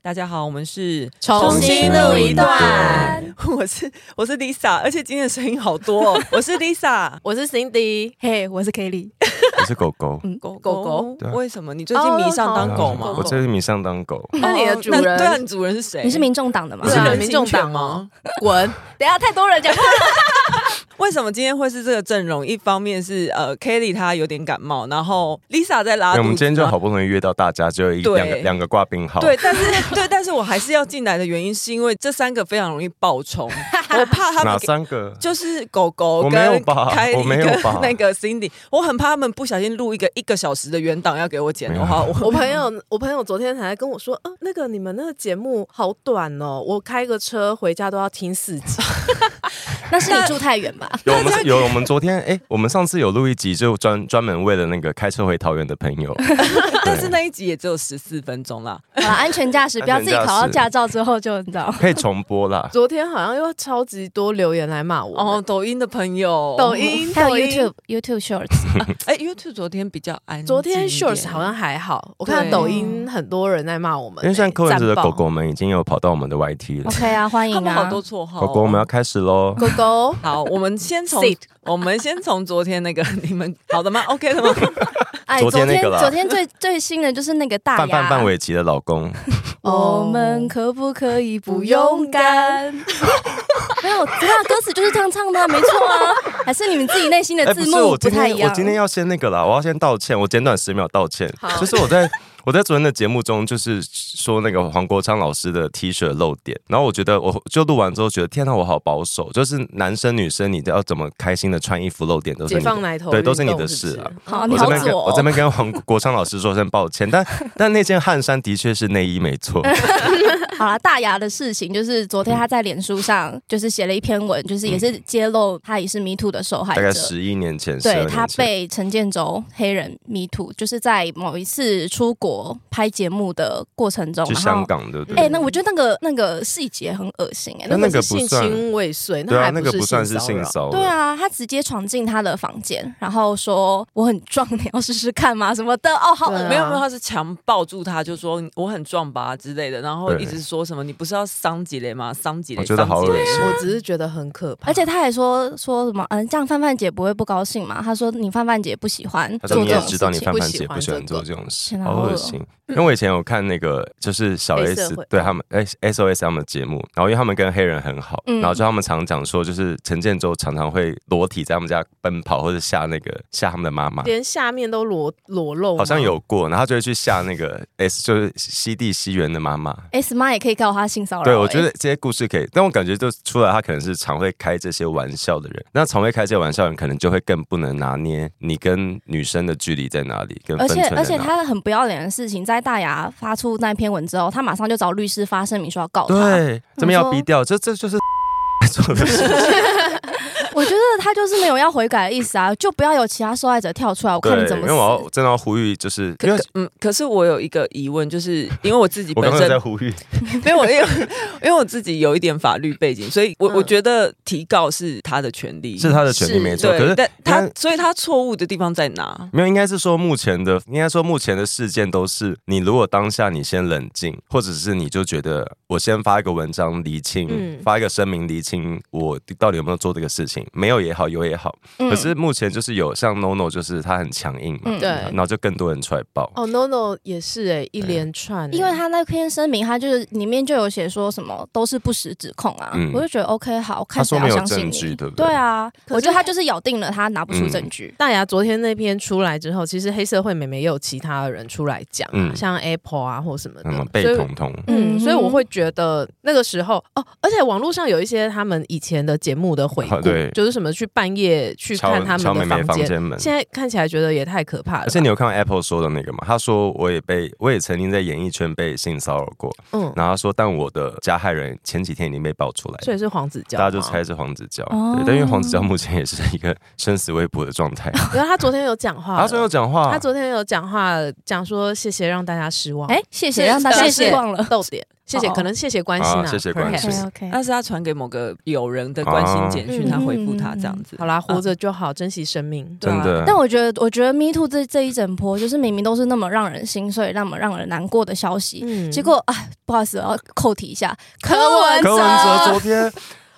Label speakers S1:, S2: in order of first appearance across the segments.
S1: 大家好，我们是
S2: 重新录一段。
S1: 我是我是 Lisa，而且今天的声音好多、 哦。我是 Lisa，
S2: 我是 Cindy，
S3: 嘿我是 Kelly。
S4: 我是狗狗。
S1: 狗
S2: 狗狗
S4: 对啊
S1: 为什么你最近迷上当嗯狗嗯吗？
S2: 哦
S4: 我最近迷上当狗，
S2: 那
S3: 哦
S2: 你的主
S1: 那对啊，
S2: 人
S1: 你主人是谁？
S3: 你是民众党的吗
S1: 你
S2: 对？
S1: 是
S2: 啊
S1: 人
S2: 民
S1: 民
S2: 众
S1: 众党
S2: 党吗
S1: 吗？
S2: 滚！等一下太多人讲话了，
S1: 为什么今天会是这个阵容？一方面是呃 Kelly 她有点感冒，然后 Lisa 在拉
S4: 那
S1: 肚子。
S4: 哎我们今天就好。不容易约到大家，只有一
S1: 对
S4: 两个两个挂病号。
S1: 对，但是 对，但是我还是要进来的原因是因为这三个非常容易爆冲，我怕他们
S4: 哪
S1: 给
S4: 三个？
S1: 就是狗狗
S4: 我没有
S1: 跟
S4: 吧
S1: 凯莉
S4: 我没有
S1: 跟
S4: 吧
S1: 那个 Cindy，我很怕他们不小心录一个一个小时的原档要给我剪
S4: 没
S1: 的
S4: 有
S1: 话，我
S2: 我朋友， 我朋友昨天还跟我说，嗯、那个你们那个节目好短哦，我开个车回家都要听四集。
S3: 那是你住太远吧？
S4: 有我们是有我们昨天哎，我们上次有录一集，就专专门为了那个开车回桃园的朋 友。
S1: 但是
S4: 对
S1: 那一集也只有十四分钟啦。
S3: 好啦安全驾驶，不要自己考到
S4: 安全驾
S3: 驾
S4: 驶
S3: 照之后就你知道。
S4: 可以重播啦。
S2: 昨天好像又超级多留言来骂我们，
S1: 哦，抖音的朋友，嗯
S2: 抖音，
S3: 还有
S2: 抖音
S3: YouTube YouTube Shorts，
S1: 哎，YouTube 昨天比较安静一点，
S2: 昨天 Shorts 好像还好，我看
S1: 对
S2: 抖音很多人在骂我们、欸
S4: 因为像柯文哲的
S2: 赞爆
S4: 狗狗们已经有跑到我们的 YT 了，
S3: OK 啊，欢迎
S1: 他们好
S3: 啊。
S1: 多绰号哦。
S4: 狗狗我们要开始喽。
S2: 狗狗
S1: 好，我们先从
S2: Sit
S1: 我们先从昨天那个你们好的 吗？OK 的吗？
S3: 哎
S4: 昨天那个啦
S3: 昨天最最新的就是那个大
S4: 范
S3: 牙哦
S4: 范范玮琪的老公，
S3: 我们可不可以不勇敢？没有，对啊，歌词就是这样唱的啊，没错啊。还是你们自己内心的
S4: 哎，
S3: 字
S4: 不是，
S3: 幕
S4: 我
S3: 不
S4: 今
S3: 太
S4: 天
S3: 一样。
S4: 我今天要先那个啦，我要先道歉，我简短十秒道歉
S2: 好。
S4: 就是我在 我在昨天的节目中，就是说那个黄国昌老师的 T 恤漏点，然后我觉得我就录完之后觉得，天哪，我好保守，就是男生女生你都要怎么开心的穿衣服漏点都是
S2: 解
S4: 你的
S2: 放奶头运动，
S4: 对，都是你的
S2: 是
S4: 事
S2: 不
S4: 啊
S2: 是。
S3: 好，你
S4: 我这
S3: 好
S4: 边跟
S3: 左
S4: 我
S3: 哦
S4: 这。边跟黄国昌老师说声抱歉，但 但那件汗衫的确是内衣没错，
S3: 好啦，大牙的事情就是昨天他在脸书上就是写了一篇文，就是也是揭露他也是 Me Too 的受害
S4: 大概
S3: 者。
S4: 十一年前，十
S3: 对
S4: 二
S3: 他
S4: 年前，
S3: 被陈建州黑人 Me Too，就是在某一次出国拍节目的过程中，
S4: 去
S3: 然
S4: 香
S3: 后
S4: 港，对不
S3: 哎、
S4: 对？
S3: 那我觉得那个那个细节很恶心哎、
S4: 那
S2: 那
S4: 个
S2: 是
S4: 不
S2: 性
S4: 算
S2: 侵未遂，
S4: 对
S2: 那
S4: 啊，
S2: 还
S4: 那
S2: 不
S4: 个不算是
S2: 性
S4: 性
S2: 骚扰。
S4: 骚扰，
S3: 对啊，他直接闯进他的房间，然后说我很壮，你要试试看吗？什么的哦，好恶
S2: 对啊
S1: 没有没有，他是强抱住他，就说我很壮吧之类的，然后
S4: 对
S1: 一直说什么你不是要桑吉雷吗？桑吉雷，
S4: 我觉得好
S1: 桑吉雷
S4: 恶心
S2: 我只是觉得很可怕，
S3: 而且他还说说什么，嗯，这样范范姐不会不高兴吗？他说你范范姐不喜欢
S4: 他
S3: 做
S4: 说
S3: 这
S4: 你也
S3: 种
S4: 知
S3: 事
S4: 道，你
S3: 情
S4: 范
S2: 不
S4: 范
S2: 喜
S4: 姐不
S2: 欢
S4: 喜欢
S2: 这
S4: 做
S2: 个
S4: 这种事，
S3: 天哪
S4: 好
S3: 好
S4: 恶
S3: 恶哦嗯
S4: 心。因为我以前有看那个，就是小
S2: 黑
S4: S
S2: 社会
S4: 对他们 S S O S 他们的节目，然后因为他们跟黑人很好，
S3: 嗯
S4: 然后就他们常讲说，就是陈建州常常会裸体在他们家奔跑，或者吓那个吓他们的妈妈，
S2: 连下面都裸裸露吗，
S4: 好像有过，然后他就会去吓那个 S 就是西地西园的妈妈。
S3: S 妈也可以告他性骚扰、
S4: 对，我觉
S3: 哎
S4: 得这些故事可以，但我感觉就出来，他可能是常会开这些玩笑的人。那常会开这些玩笑的人，可能就会更不能拿捏你跟女生的距离在哪里，跟
S3: 而
S4: 分啊寸
S3: 且
S4: 在哪里。
S3: 而且他很不要脸的事情，在大牙发出那篇文之后，他马上就找律师发声明说要告他。
S4: 对，这边要逼掉，这这就是做的事情。
S3: 我觉得他就是没有要悔改的意思啊，就不要有其他受害者跳出来，我看你
S4: 对，
S3: 怎
S4: 因
S3: 么
S4: 为我要
S3: 死。
S4: 真的要呼吁，就是
S1: 可
S4: 因为
S1: 可嗯，可是我有一个疑问， 就是因为我自己
S4: 我
S1: 本
S4: 刚刚
S1: 身
S4: 在呼吁，
S1: 没有，因为因为我自己有一点法律背景，所以我、
S2: 嗯
S1: 我觉得提告是他的权利，
S4: 是他的权利没错，
S1: 对，
S4: 可是
S1: 但他
S4: 但
S1: 所以他错误的地方在哪？
S4: 没有，应该是说目前的，应该说目前的事件都是，你如果当下你先冷静，或者是你就觉得我先发一个文章厘清，
S2: 嗯
S4: 发一个声明厘清，我到底有没有做这个事情，没有也好，有也好。可是目前就是有像 NONO，就是他很强硬嘛，
S3: 嗯
S2: 对
S4: 然后就更多人出来爆。
S2: 哦，no no 也是哎、一连串欸、
S3: 因为他那篇声明，他就是里面就有写说什么都是不实指控啊，
S4: 嗯
S3: 我就觉得 OK 好，看谁
S4: 他说没
S3: 要
S4: 有
S3: 相信
S4: 证
S3: 你，
S4: 据对不对
S3: 啊，
S2: 可是
S3: 我觉得他就是咬定了他拿不出
S4: 嗯
S3: 证据。
S2: 大牙昨天那篇出来之后，其实黑社会妹妹也有其他的人出来讲、啊，
S4: 嗯
S2: 像 Apple 啊或什么的，
S4: 那么
S2: 所
S4: 被
S2: 以
S4: 捅捅，
S2: 嗯，
S3: 嗯
S2: 所以我会觉得那个时候哦，而且网络上有一些他们以前的节目的回顾，
S4: 啊对
S2: 就是什么去半夜去看他
S4: 敲
S2: 们
S4: 妹
S2: 的
S4: 妹房
S2: 间。
S4: 间门。
S2: 现在看起来觉得也太可怕了吧。
S4: 而且你有看到 Apple 说的那个吗？他说我也被，我也曾经在演艺圈被性骚扰过。
S2: 嗯，
S4: 然后他说，但我的加害人前几天已经被爆出来了，
S2: 所以是黄子佼
S4: 大
S2: 吗，
S4: 家就猜是黄子佼。
S3: 哦
S4: 对，但因为黄子佼目前也是一个生死未卜的状态。
S2: 然后他昨天有讲话了，
S4: 他说有讲话，
S2: 他昨天有讲话，讲说谢谢让大家失望，
S4: 嗯
S3: 哎、谢谢让大家
S2: 谢
S3: 失
S2: 谢
S3: 望了。哎
S2: 逗点，谢谢，
S1: 哦
S2: 可能谢谢关心
S4: 啊
S2: 啊，
S4: 谢谢嗯关心
S2: perhaps
S3: OK，
S1: 那是他传给某个友人的关心简
S3: 嗯
S1: 讯，
S2: 啊
S1: 他回复他这样子。啊
S2: 好啦，活着就好，珍惜生命。
S1: 对
S4: 真
S1: 啊
S4: 的。
S3: 但我觉得，我觉得 Me Too 这这一整波，就是明明都是那么让人心碎、那么让人难过的消息，
S2: 嗯
S3: 结果啊，不好意思，我要扣题一下，柯文
S4: 柯文哲
S3: 哲
S4: 昨，天
S3: 哦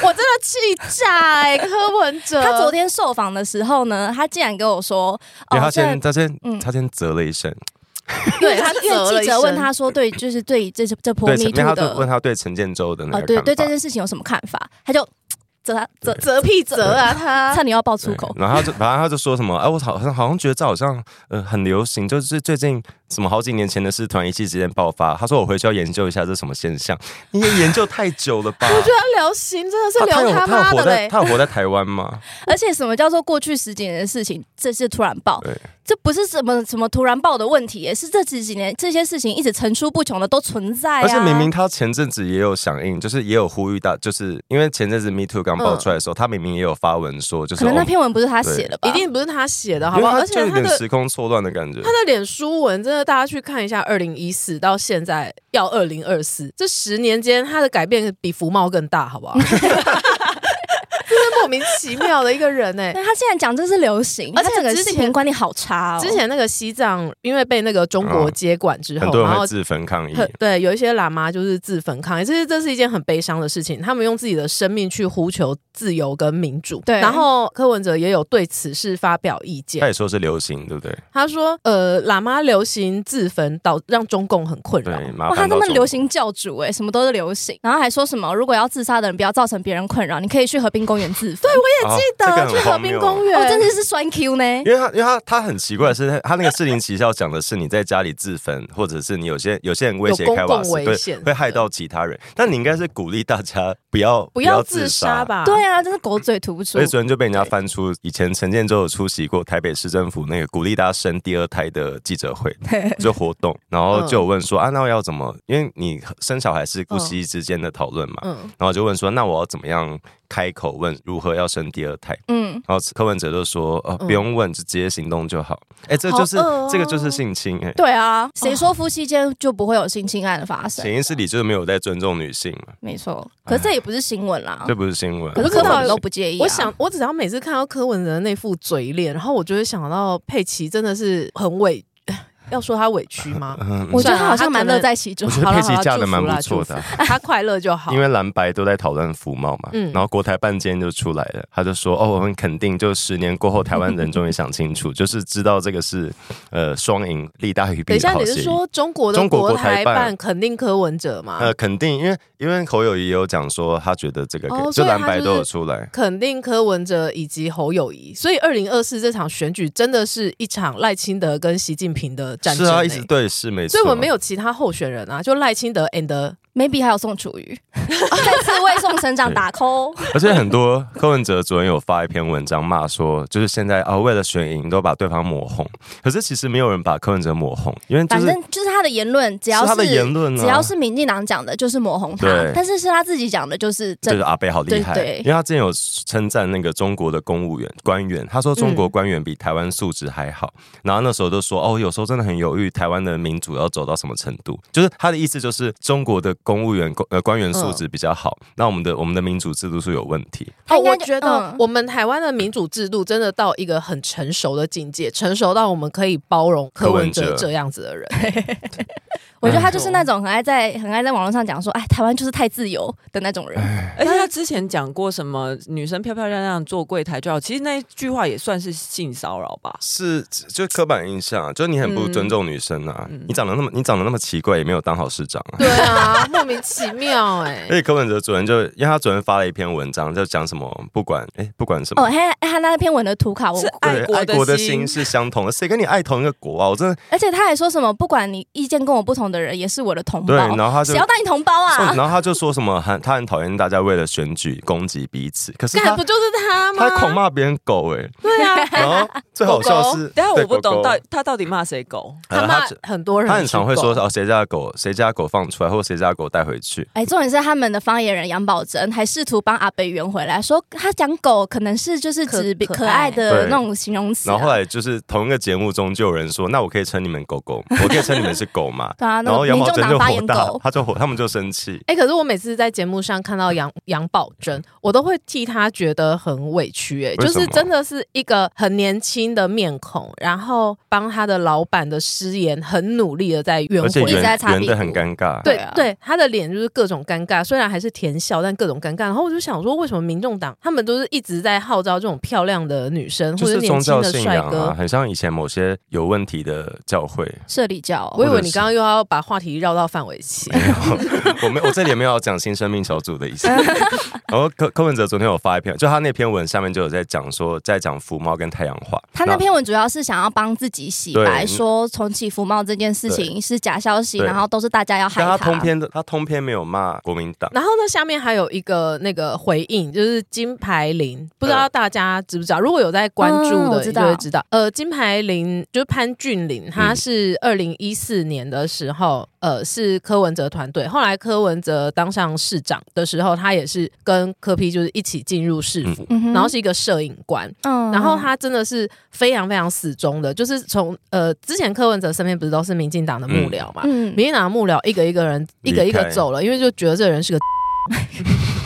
S2: 我真的气炸哎，柯文哲，
S3: 他昨天受访的时候呢，他竟然跟我说，
S4: 然后他
S3: 哦，
S4: 先
S3: 现在
S4: 他先
S3: 嗯
S4: 他先啧了一声，
S2: 对他
S3: 因
S2: 折
S3: 为
S2: 了一
S3: 记者问
S2: 身
S3: 他说，对，就是对这这波
S4: 对，
S3: Me
S4: 因为
S3: Too
S4: 他就问
S3: 的，
S4: 他对陈建州的那
S3: 哦，
S4: 个
S3: 对对这
S4: 看法
S3: 件事情有什么看法，他就嘖啧他啧
S2: 折屁折啊，他
S3: 差点要爆粗
S4: 对
S3: 口，
S4: 然后他就， 反正他就说什么，哎、我好像好像觉得这好像呃很流行，就是最近什么好几年前的事，突然一夕之间爆发。他说我回去要研究一下这是什么现象，你也研究太久了吧？
S2: 我觉得流行真的是
S4: 他他
S2: 流
S4: 有
S2: 他
S4: 他
S2: 妈
S4: 有活
S2: 的
S4: 在
S2: 嘞，
S4: 他有活在台湾吗？
S3: 而且什么叫做过去十几年的事情，这是突然爆
S4: 对，
S3: 这不是什么什么突然爆的问题耶，是这几几年这些事情一直层出不穷的都存
S2: 哎
S3: 在、啊。
S4: 而且明明他前阵子也有响应，就是也有呼吁到，就是因为前阵子 Me Too 刚
S2: 嗯
S4: 爆出来的时候，他明明也有发文说，就是
S3: 可能那
S4: 哦
S3: 篇文不是他写的吧？
S2: 一定不是他写的，好
S4: 因
S2: 不
S4: 为
S2: 好？
S4: 他
S2: 而
S4: 就
S2: 且
S4: 有
S2: 他
S4: 点
S2: 的。
S4: 时空错乱的感觉
S2: 他。的脸书文真的，大家去看一下，二零一四到现在要二零二四，这十年间他的改变比福茂更大，好不好？真是莫名其妙的一个人哎、
S3: 对他竟然讲这是流行，
S2: 而且
S3: 他整个
S2: 之
S3: 视
S2: 前
S3: 频观念好差哦。
S2: 之前那个西藏，因为被那个中国接管之
S4: 很
S2: 后，
S4: 多人
S2: 然
S4: 会
S2: 后
S4: 自焚抗议，
S2: 很对，有一些喇嘛就是自焚抗议，这是这是一件很悲伤的事情。他们用自己的生命去呼求自由跟民主。
S3: 对
S2: 然后柯文哲也有对此事发表意见
S4: 他，也说是流行，对不对？
S2: 他说：“呃，喇嘛流行自焚，导让中共很困扰。
S4: 对，麻
S3: 哇，他
S4: 烦
S3: 那
S4: 到
S3: 么
S4: 中
S3: 流行教主哎、什么都是流行，然后还说什么如果要自杀的人不要造成别人困扰，你可以去河滨公园自 焚。对，我
S4: 国，哦记
S2: 记得啊去
S4: 啊
S2: 河滨公
S4: 欸
S2: 园，
S3: 我哦真的是酸 Q 呢。
S2: 哎
S4: 因为他，因为他，他很奇怪的是，他他那个适龄奇效讲的是你在家里自焚，或者是你有些有些人威胁
S2: 有公
S4: 开
S2: 共
S4: 瓦斯，
S2: 危
S4: 对，
S2: 险
S4: 会害到其他人。但你应该是鼓励大家不要
S2: 不要
S4: 自
S2: 自杀。吧？
S3: 对啊，真是狗嘴吐不出
S4: 所以。昨天就被人家翻出以前陈建州有出席过台北市政府那个鼓励大家生第二胎的记 者会就活动，然后就有问
S2: 嗯
S4: 说、啊，那我要怎么？因为你生小孩是夫妻之间的讨论嘛，
S2: 嗯，
S4: 然后就问说，那我要怎么样开口问如何要生第二胎？
S3: 嗯，
S4: 然后柯文哲就说：“呃，
S2: 嗯
S4: 不用问，就直接行动就好。哎，这就是、
S2: 好饿哦
S4: 这个就是性侵哎、
S3: 对啊，谁说夫妻间就不会有性侵案的发生？
S4: 潜意识里就是没有在尊重女性嘛，
S3: 没错，可
S4: 哎
S3: 是这也不是新闻啦
S4: 这。不是新闻。
S3: 可是
S2: 柯
S3: 柯
S2: 文
S3: 粉
S2: 哲
S3: 都不介意、啊。
S2: 我想，我只要每次看到柯文哲的那副嘴脸，然后我就会想到佩奇真的是很委， 要说他委屈 吗？
S4: 嗯，
S3: 我觉得
S2: 算
S3: 他
S2: 了
S3: 好像蛮乐在其
S4: 我
S3: 中。
S4: 觉得
S2: 好
S4: 佩
S2: 了
S4: 奇
S2: 好了
S4: 嫁的
S2: 祝福
S4: 蛮不
S2: 啦
S4: 错
S2: 祝
S4: 的啊、
S2: 他快乐就好。
S4: 因为蓝白都在讨论服贸嘛，
S2: 嗯
S4: 然后国台办今天就出来了，他就说：“哦，我们肯定，就十年过后，台湾人终于想清
S2: 嗯
S4: 楚，就是知道这个是呃双赢，利大于
S2: 等
S4: 弊
S2: 一
S4: 的
S2: 下，
S4: 好
S2: 你
S4: 协
S2: 是
S4: 议。”
S2: 说中国的
S4: 中国
S2: 国
S4: 国台
S2: 台
S4: 办
S2: 办肯定柯文哲吗？
S4: 呃，肯定，因为因为侯友谊也有讲说，他觉得这个可以、
S2: 哦
S4: 就
S2: 所以
S4: 蓝
S2: 他
S4: 白
S2: 就
S4: 都有
S2: 是
S4: 出来，
S2: 肯定柯文哲以及侯友谊，所以二零二四这场选举真的是一场赖清德跟习近平的战
S4: 是
S2: 争、
S4: 啊，
S2: 欸。
S4: 一直对是没错，
S2: 所以我们没有其他候选人啊，就赖清德 and
S3: maybe 还有宋楚 瑜，再次为宋省长打 call。
S4: 而且很多柯文哲昨天有发一篇文章骂说，就是现在啊，为了选赢都把对方抹红，可是其实没有人把柯文哲抹红，因为就
S3: 反
S4: 是
S3: 正就是他的言论，只要
S4: 是他的言论啊
S3: 只要是民进党讲的，就是抹红
S4: 对
S3: 他；但是是他自己讲的，就是
S4: 就
S3: 真
S4: 是。阿贝好厉害，
S3: 对对
S4: 因为他之前有称赞那个中国的公务员官员，他说中国
S2: 嗯
S4: 官员比台湾素质还好，然后那时候就说哦，有时候真的很犹豫台湾的民主要走到什么程度，就是他的意思就是中国的公务员公呃官员素质
S3: 嗯
S4: 比较好，那我们的我们的民主制度是有问题，
S3: 他
S2: 哦，
S3: 应该
S2: 我
S3: 就
S2: 觉得
S3: 嗯
S2: 我们台湾的民主制度真的到一个很成熟的境界，成熟到我们可以包容柯文
S4: 柯
S2: 哲
S4: 文哲
S2: 这样子的 人。
S3: 我觉
S4: 哎
S3: 得他
S4: 哦
S3: 就是那种很爱在很爱在网络上讲说，哎，台湾就是太自由的那种
S4: 哎
S3: 人。
S1: 而且他之前讲过什么女生漂漂亮亮坐柜台就好，其实那一句话也算是性骚扰吧。
S4: 是，就刻板印象啊，就是你很不尊重女生啊！你长得那么，你长得那么奇怪，也没有当好市长啊！
S2: 对啊，莫名其妙哎、
S4: 而且柯文哲主任就，因为他昨天发了一篇文章，就讲什么不管哎、不管什么
S3: 哦，，他他那篇文的图卡我
S1: 是
S4: 对，
S1: 爱
S4: 爱
S1: 国
S4: 国
S1: 的
S4: 的
S1: 心
S4: 心是相同的，谁跟你爱同一个国啊？我真的
S3: 而且他还说什么，不管你意见跟我不同的人，也是我的同胞。
S4: 对，然后他就
S3: 谁要当你同胞啊？
S4: 然后他就说什么很他很讨厌大家为了选举攻击彼此，可是
S2: 干
S4: 他
S2: 不就是他吗？
S4: 他狂骂别人狗哎、
S2: 对啊，
S4: 然后最好笑的是，
S1: 等一下
S4: 对
S1: 我不懂，
S4: 狗狗
S1: 到他到底骂谁狗？
S4: 呃
S2: 他骂
S4: 只
S2: 很多人，
S4: 他很常会说哦谁家的狗谁家的狗放出来，或谁家的狗带回去。
S3: 哎，重点是他们的发言人杨宝珍还试图帮阿北圆回来，说他讲狗可能是就是
S2: 可
S3: 指比
S2: 可
S3: 可爱
S2: 爱
S3: 的
S4: 对
S3: 那种形容词啊、
S4: 然后后来就是同一个节目中就有人说，那我可以称你们狗狗，我可以称你们是狗吗？
S3: 对啊，那
S4: 然后
S3: 个
S4: 杨
S3: 民
S4: 宝
S3: 众
S4: 珍
S3: 党
S4: 就
S3: 发
S4: 火
S3: 言
S4: 大
S3: 狗，，
S4: 他就火，他们就生气。
S2: 哎、可是我每次在节目上看到杨杨宝珍，我都会替她觉得很委屈、哎，
S4: 为
S2: 就
S4: 什么
S2: 是真的是一个很年轻的面孔，然后帮他的老板的失言很努力的在圆
S4: 而且
S3: 一直
S2: 回。
S3: 在
S4: 圆
S3: 擦
S4: 圆
S3: 屁
S4: 的
S3: 股
S4: 很尴尬，
S2: 对
S3: 对啊
S2: 对，他的脸就是各种尴尬，虽然还是甜笑，但各种尴尬。然后我就想说，为什么民众党他们都是一直在号召这种漂亮的女生
S4: 就
S2: 或者
S4: 是
S2: 年
S4: 宗
S2: 轻
S4: 教
S2: 的
S4: 信
S2: 帅
S4: 仰
S2: 哥
S4: 啊，？很像以前某些有问题的教会。
S3: 社里啊教
S2: 我以
S4: 或
S2: 为
S4: 者
S2: 你
S4: 是
S2: 刚刚又要把话题绕到范玮 琪，
S4: 没有，我没有，我这里也没有要讲新生命小组的意 思。然后柯柯文哲昨天有发一篇，就他那篇文下面就有在讲说，在讲福猫跟太阳花。
S3: 他那篇文主要是想要帮自己洗白，
S4: 对
S3: 说重启服贸这件事情是假消息，
S4: 对
S3: 然后都是大家要害
S4: 但他通篇的他通篇没有骂国民党，
S2: 然后呢，下面还有一个那个回应，就是金牌林，不知道大家知不知道？如果有在关注
S3: 嗯我
S2: 的，
S3: 知
S2: 你
S3: 道
S2: 就会知道。呃，金牌林就是潘俊林，他
S4: 嗯
S2: 是二零一四年的时候，呃，是柯文哲团队。后来柯文哲当上市长的时候，他也是跟柯 P 就是一起进入市府，
S3: 嗯哼
S2: 然后是一个摄影官。
S3: 嗯
S2: 然后他真的是非常非常死忠的，就是从呃之前柯文哲身边不是都是民进党的幕僚嘛，
S3: 嗯
S2: 民进党的幕僚一个一个人一
S4: 离
S2: 个一个
S4: 开
S2: 走了，因为就觉得这个人是 个，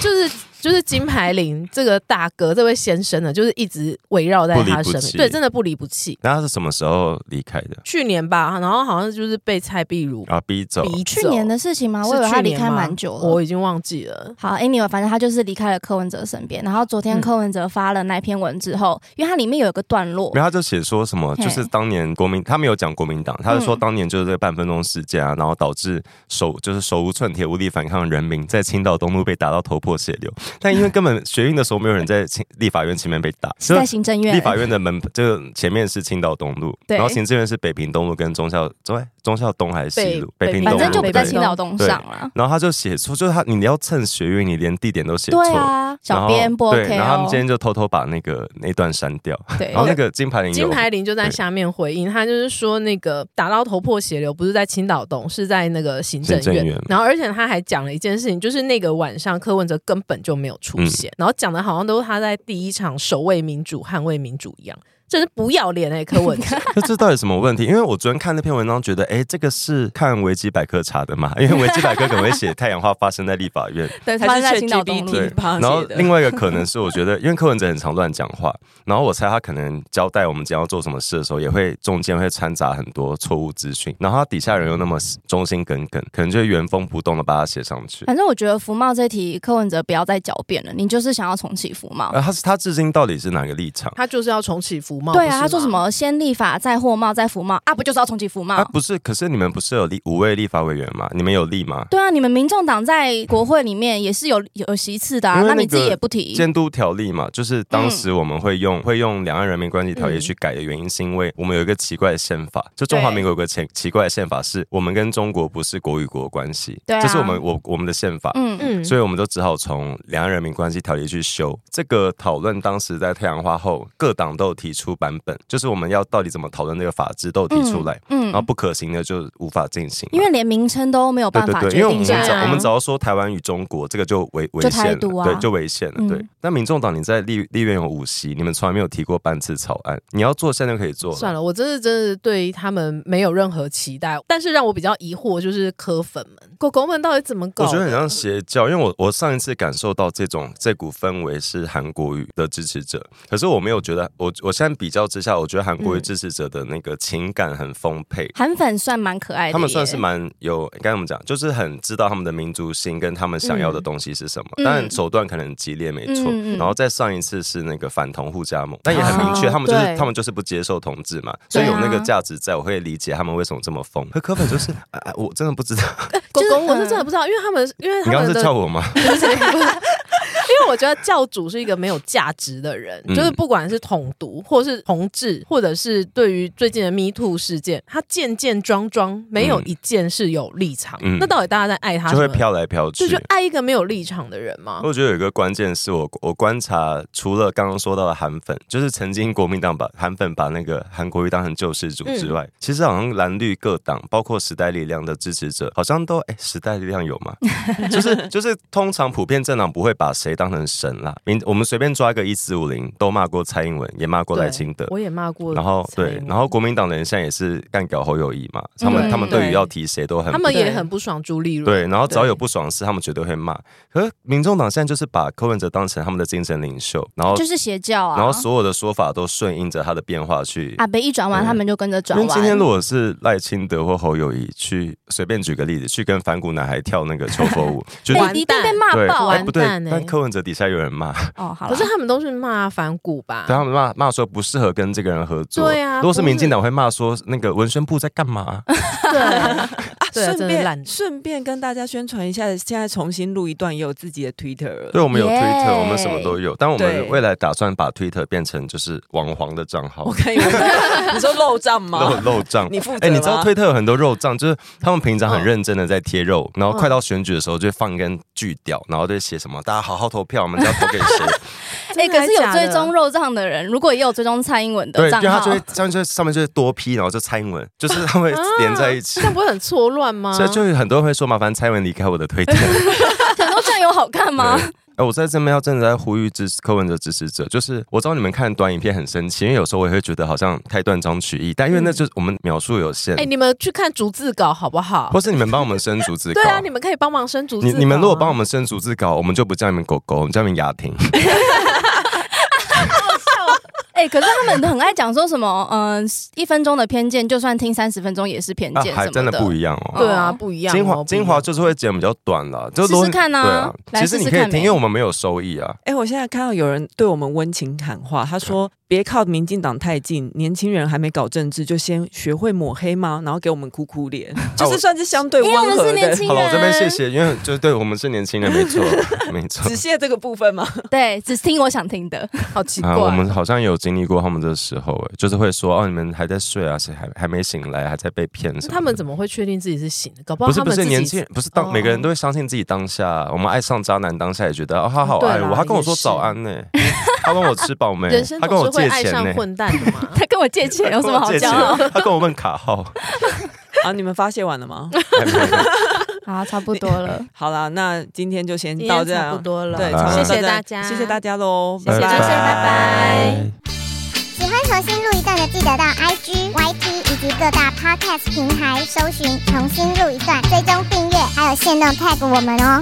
S2: 就是就是金牌林这个大哥这位先生呢，就是一直围绕在
S4: 不离
S2: 他
S4: 不
S2: 身边，
S4: 弃
S2: 对，真的不离不弃。
S4: 那他是什么时候离开的？
S2: 去年吧，然后好像就是被蔡壁如
S4: 啊，逼走。
S2: 逼
S3: 去
S2: 走
S3: 年的事情吗？
S2: 是
S3: 我以为他
S2: 去
S3: 离
S2: 年
S3: 开
S2: 吗
S3: 蛮久了。
S2: 我已经忘记了。
S3: 好，anyway，反正他就是离开了柯文哲身边。然后昨天
S2: 嗯
S3: 柯文哲发了那篇文之后，因为它里面有一个段落
S4: 没，有，他就写说什么，
S3: 嘿
S4: 就是当年国民，他没有讲国民党，他是说
S3: 嗯
S4: 当年就是这个半分钟事件啊，然后导致手就是手无寸铁、无力反抗的人民在青岛东路被打到头破血流。但因为根本学运的时候没有人在青立法院前面被打，
S3: 是 在行政院
S4: 立法院的门，这个前面是青岛东路，
S3: 对
S4: 然后行政院是北平东路跟忠孝中哎忠孝东还是西路，
S2: 北
S4: 北平
S2: 北
S4: 东
S3: 反
S4: 路，
S3: 正就不在
S4: 对
S3: 青岛东上啊了。
S4: 然后他就写出，就是他你要蹭学运，你连地点都写错。
S3: 对啊，
S4: 然
S3: 小
S4: 后
S3: 编不
S4: 对，
S3: OK
S4: 然后他们
S3: 哦
S4: 今。天就偷偷把那个那段删掉，
S3: 对
S4: 然后那个金牌林
S2: 金
S4: 有
S2: 牌林就在
S4: 对
S2: 下面回应，他就是说那个打到头破血流不是在青岛东，是在那个行政
S4: 行
S2: 院。
S4: 政院
S2: 然后而且他还讲了一件事情，就是那个晚上柯文哲根本就没有出现，
S4: 嗯
S2: 然后讲的好像都是他在第一场守卫民主、捍卫民主一样，真是不要脸哎、柯文 哲。
S4: 那这到底什么问题？因为我昨天看那篇文章，觉得哎，这个是看维基百科查的嘛？因 为维基百科可能会写太阳花发生在立法 院，
S3: 对，他
S1: 还
S3: 是
S1: 是
S3: 在青岛东
S1: ChatGPT
S3: 路。
S4: 对
S1: 挺棒，
S4: 然后
S1: 啊写的
S4: 另外一个可能是，我觉得因为柯文哲很常乱讲话，然后我猜他可能交代我们今天要做什么事的时候，也会中间会掺杂很多错误资讯，然后他底下人又那么忠心耿耿，可能就会原封不动的把它写上去。
S1: 哦
S3: 反正我觉得福茂这题柯文哲不要再狡辩了，你就是想要重启福茂。
S4: 啊，他是他至今到底是哪个立场？
S2: 他就是要重启福茂。
S3: 对
S2: 不是
S3: 啊，
S2: 吗
S3: 他说什？么先立法再货贸再福茂啊，不就是要重启福
S4: 啊，
S3: 茂？
S4: 不是，可是你们不是有立五位立法委员吗？你们有立吗？
S3: 对啊，你们民众党在国会里面也是有有席次的啊，
S4: 因为
S3: 那
S4: 那
S3: 你自己
S4: 个
S3: 也不提。
S4: 监督条例嘛，就是当时我们会用、会用两岸人民关系条例
S3: 嗯
S4: 去改的原因，是因为我们有一个奇怪的宪法，就中华
S3: 对
S4: 民国有个奇奇怪的宪法，是我们跟中国不是国与国的关系，
S3: 对啊
S4: 这是我们我我们的宪法。
S3: 嗯嗯，
S2: 嗯，
S4: 所以我们都只好从《两岸人民关系条例》去修这个讨论。当时在太阳花后，各党都有提出版本，就是我们要到底怎么讨论这个法制，都有提出来。
S3: 嗯
S4: 然后不可行的就无法进行嘛。
S3: 因为连名称都没有办法
S4: 对对
S3: 决
S4: 对，因为我
S3: 定
S4: 们
S3: 下
S4: 只
S3: 来、
S4: 要
S2: 对啊
S4: 我们只要说台湾与中国，这个就违违
S3: 台
S4: 宪
S3: 独
S4: 了，
S3: 啊
S4: 对，就违宪了。
S3: 嗯
S4: 对，那民众党你在立立院有五席，你们从来没有提过半次草案，你要做现在就可以做
S2: 算
S4: 了。
S2: 了，我真是真的对他们没有任何期待，但是让我比较疑惑就是柯粉们、狗狗们到底怎么搞的？
S4: 我觉得很像邪教，因为我我上一次感受到这种这股氛围是韩国语的支持者，可是我没有觉得我我现在相比较之下，我觉得韩国瑜
S3: 嗯
S4: 支持者的那个情感很丰沛，
S3: 韩粉算蛮可爱的耶，
S4: 他们算是蛮有该怎么讲，就是很知道他们的民族性跟他们想要的东西是什么。
S3: 嗯
S4: 当然手段可能很激烈，没错。
S3: 嗯嗯嗯啊
S4: 然后再上一次是那个反同互加盟，但也很明确，
S2: 哦
S4: 他们就是
S2: 对
S4: 他们就是不接受同志嘛，所以有那个价值在，我会理解他们为什么这么疯。可可粉就是啊，啊我真的不 知道，
S2: 狗
S3: 就是
S2: 狗
S3: 很
S2: 我是真的不知道，因为他们因为
S4: 你
S2: 他
S4: 刚刚
S2: 们
S4: 是
S2: 的
S4: 叫我 吗？
S2: 不是，不
S4: 嗯
S2: 是因为我觉得教主是一个没有价值的人，
S4: 嗯
S2: 就是不管是统独，或是同志，或者是对于最近的 Me Too 事件，他件件桩桩没有
S4: 嗯
S2: 一件是有立场。
S4: 嗯
S2: 那到底大家在爱他
S4: 就
S2: 什
S4: 会
S2: 么？
S4: 飘来飘
S2: 就
S4: 去
S2: 就。爱一个没有立场的人吗？
S4: 我觉得有一个关键是我我观察，除了刚刚说到的韩粉，就是曾经国民党把韩粉把那个韩国瑜当成救世主之
S2: 嗯
S4: 外，其实好像蓝绿各党，包括时代力量的支持者，好像都哎，时代力量有吗？ 就是就是，通常普遍政党不会把谁当成神啦。民我们随便抓一个一四五零，都骂过蔡英文，也骂过赖清德。
S2: 我也骂过蔡
S4: 然
S2: 英文。
S4: 后对，然后国民党的人现在也是干掉侯友谊嘛，他们、
S3: 嗯
S4: 他们对于
S1: 对
S4: 要提谁都很
S2: 他们也
S1: 对
S2: 很不爽朱立伦。
S4: 对，然后只要
S2: 对
S4: 有不爽的事，他们绝对会骂。可是民众党现在就是把柯文哲当成他们的精神领袖，然后、
S3: 就是邪教啊。
S4: 然后所有的说法都顺应着他的变化去。
S3: 阿北一转弯，
S4: 对
S3: 他们就跟着
S4: 因
S3: 转
S4: 为
S3: 弯。
S4: 今天如果是赖清德或侯友谊去随便举个例子，去跟反骨男孩跳那个求佛舞，就
S3: 被
S2: 完蛋
S3: 一定被骂
S4: 对，
S3: 爆
S4: 哎
S3: 啊
S2: 完！
S4: 不对，
S2: 蛋欸
S4: 但柯文哲底下有人骂，
S3: 哦，好
S2: 可
S3: 了
S2: 是，他们都是骂反骨吧？
S4: 对他们骂骂说不适合跟这个人合作。
S2: 对啊
S4: 如果是
S2: 不是
S4: 民进党会骂说那个文宣部在干嘛？
S1: 啊，
S2: 对
S1: 顺
S2: 啊真的
S1: 便
S2: 烂
S1: 顺便跟大家宣传一下，现在重新录一段也有自己的 Twitter 了。
S4: 对，我们有
S3: 耶
S4: Twitter，我们什么都有，但我们
S1: 对
S4: 未来打算把 Twitter 变成就是网黄的账号
S1: 我。看以为 你说漏账
S4: 漏
S1: 吗？
S4: 漏 账，
S1: 你负责吗？啊
S4: 哎、你知道推特有很多肉账，就是他们平常
S2: 嗯
S4: 很认真的在贴肉，然后快到选举的时候就会放一根锯掉，然后就写什 么大家好好投票，我们就要投给谁？
S2: 真
S3: 哎，
S2: 的
S3: 可
S2: 还
S3: 是有
S2: 假的
S3: 追踪肉账的人，如果也有追踪蔡英文
S4: 对，
S3: 的
S4: 因
S3: 账
S4: 为他就
S3: 号
S4: 会， 上面就会上面就会多批，然后就蔡英 文，就是他们会连在一起
S2: 这。样不会很错乱啊吗？
S4: 所以就有很多人会说，麻烦蔡英文离开我 的推特。
S3: 想说这样有好看吗？
S4: 对哎、我在这边要真的在呼吁支持柯文哲支持者，就是我知道你们看短影片很生气，因为有时候我也会觉得好像太断章取义，但因为那就是我们描述有限，
S2: 嗯哎、你们去看逐字稿好不好
S4: 或？是你们帮我们生竹子稿，
S2: 对啊，你们可以帮忙生逐字
S4: 你
S2: 稿啊、
S4: 你们如果帮我们生逐字稿，我们就不叫你们狗狗，我们叫你们雅婷。
S3: 哎，可是他们很爱讲说什么，嗯，一分钟的偏见，就算听三十分钟也是偏
S4: 啊，
S3: 见，
S4: 还真的不
S3: 一
S4: 一样哦。
S2: 对啊，不一样哦、
S4: 精华
S2: 不一样
S4: 精华就是会剪比较短啦，就如果
S3: 试试看啊
S4: 对
S3: 来
S4: 其实你
S3: 试试
S4: 可以
S3: 看
S4: 听，因
S3: 没
S4: 为我们没有收益啊。
S1: 哎、我现在看到有人对我们温情喊话，他说：“别靠民进党太近，年轻人还没搞政治就先学会抹黑吗？”然后给我们哭哭 脸，就是算是相对
S3: 因为我
S1: 温
S3: 们
S1: 和
S3: 是年
S1: 的。
S3: 轻
S4: 好
S3: 人，
S4: 了，我这边谢谢，因为就对我们是年轻人，没错，没错
S1: 只。谢这个部 分吗？
S3: 对，只听我想听的。
S2: 好奇怪、
S4: 啊，我们 好像有经历过他们的时候、哎，就是会说哦，你们还在睡啊，谁还还没醒来，还在被骗什么的
S2: 他们怎么会确定自己是醒的？搞不好
S4: 不是
S2: 他
S4: 不
S2: 们
S4: 是
S2: 自己
S4: 年轻人，不是当、
S2: 哦
S4: 每个人都会相信自己当下。啊我们爱上渣男当下也觉得哦，他好
S2: 对
S4: 爱
S2: 啦
S4: 我，他跟我
S2: 也
S4: 说
S2: 是
S4: 早安呢、欸 他问我吃饱没
S2: 人，生
S4: 他跟我
S2: 总是会
S4: 借
S2: 爱
S4: 钱欸呢、
S2: 上混蛋 的嘛。
S3: 他跟我借 钱有什么好
S4: 借
S3: 骄
S4: 钱
S3: 傲？
S4: 他跟我问卡号，
S1: 啊，你们发泄完了吗？
S3: 好，差不多了，
S1: 好啦，那今天就先
S2: 今
S1: 到
S2: 天
S1: 这
S2: 差
S1: 样
S2: 不。多了，
S1: 对，
S4: 好
S1: 差不多到这
S2: 谢谢
S1: 样
S2: 大家，
S1: 谢谢大家喽，
S2: 谢
S1: 拜
S2: 谢大家
S1: 拜。
S3: 拜拜。
S5: 喜欢重新录一段的，记得到 IG、YT 以及各大 Podcast 平台搜寻“重新录一段”，追踪订阅，还有限定 tag 我们哦。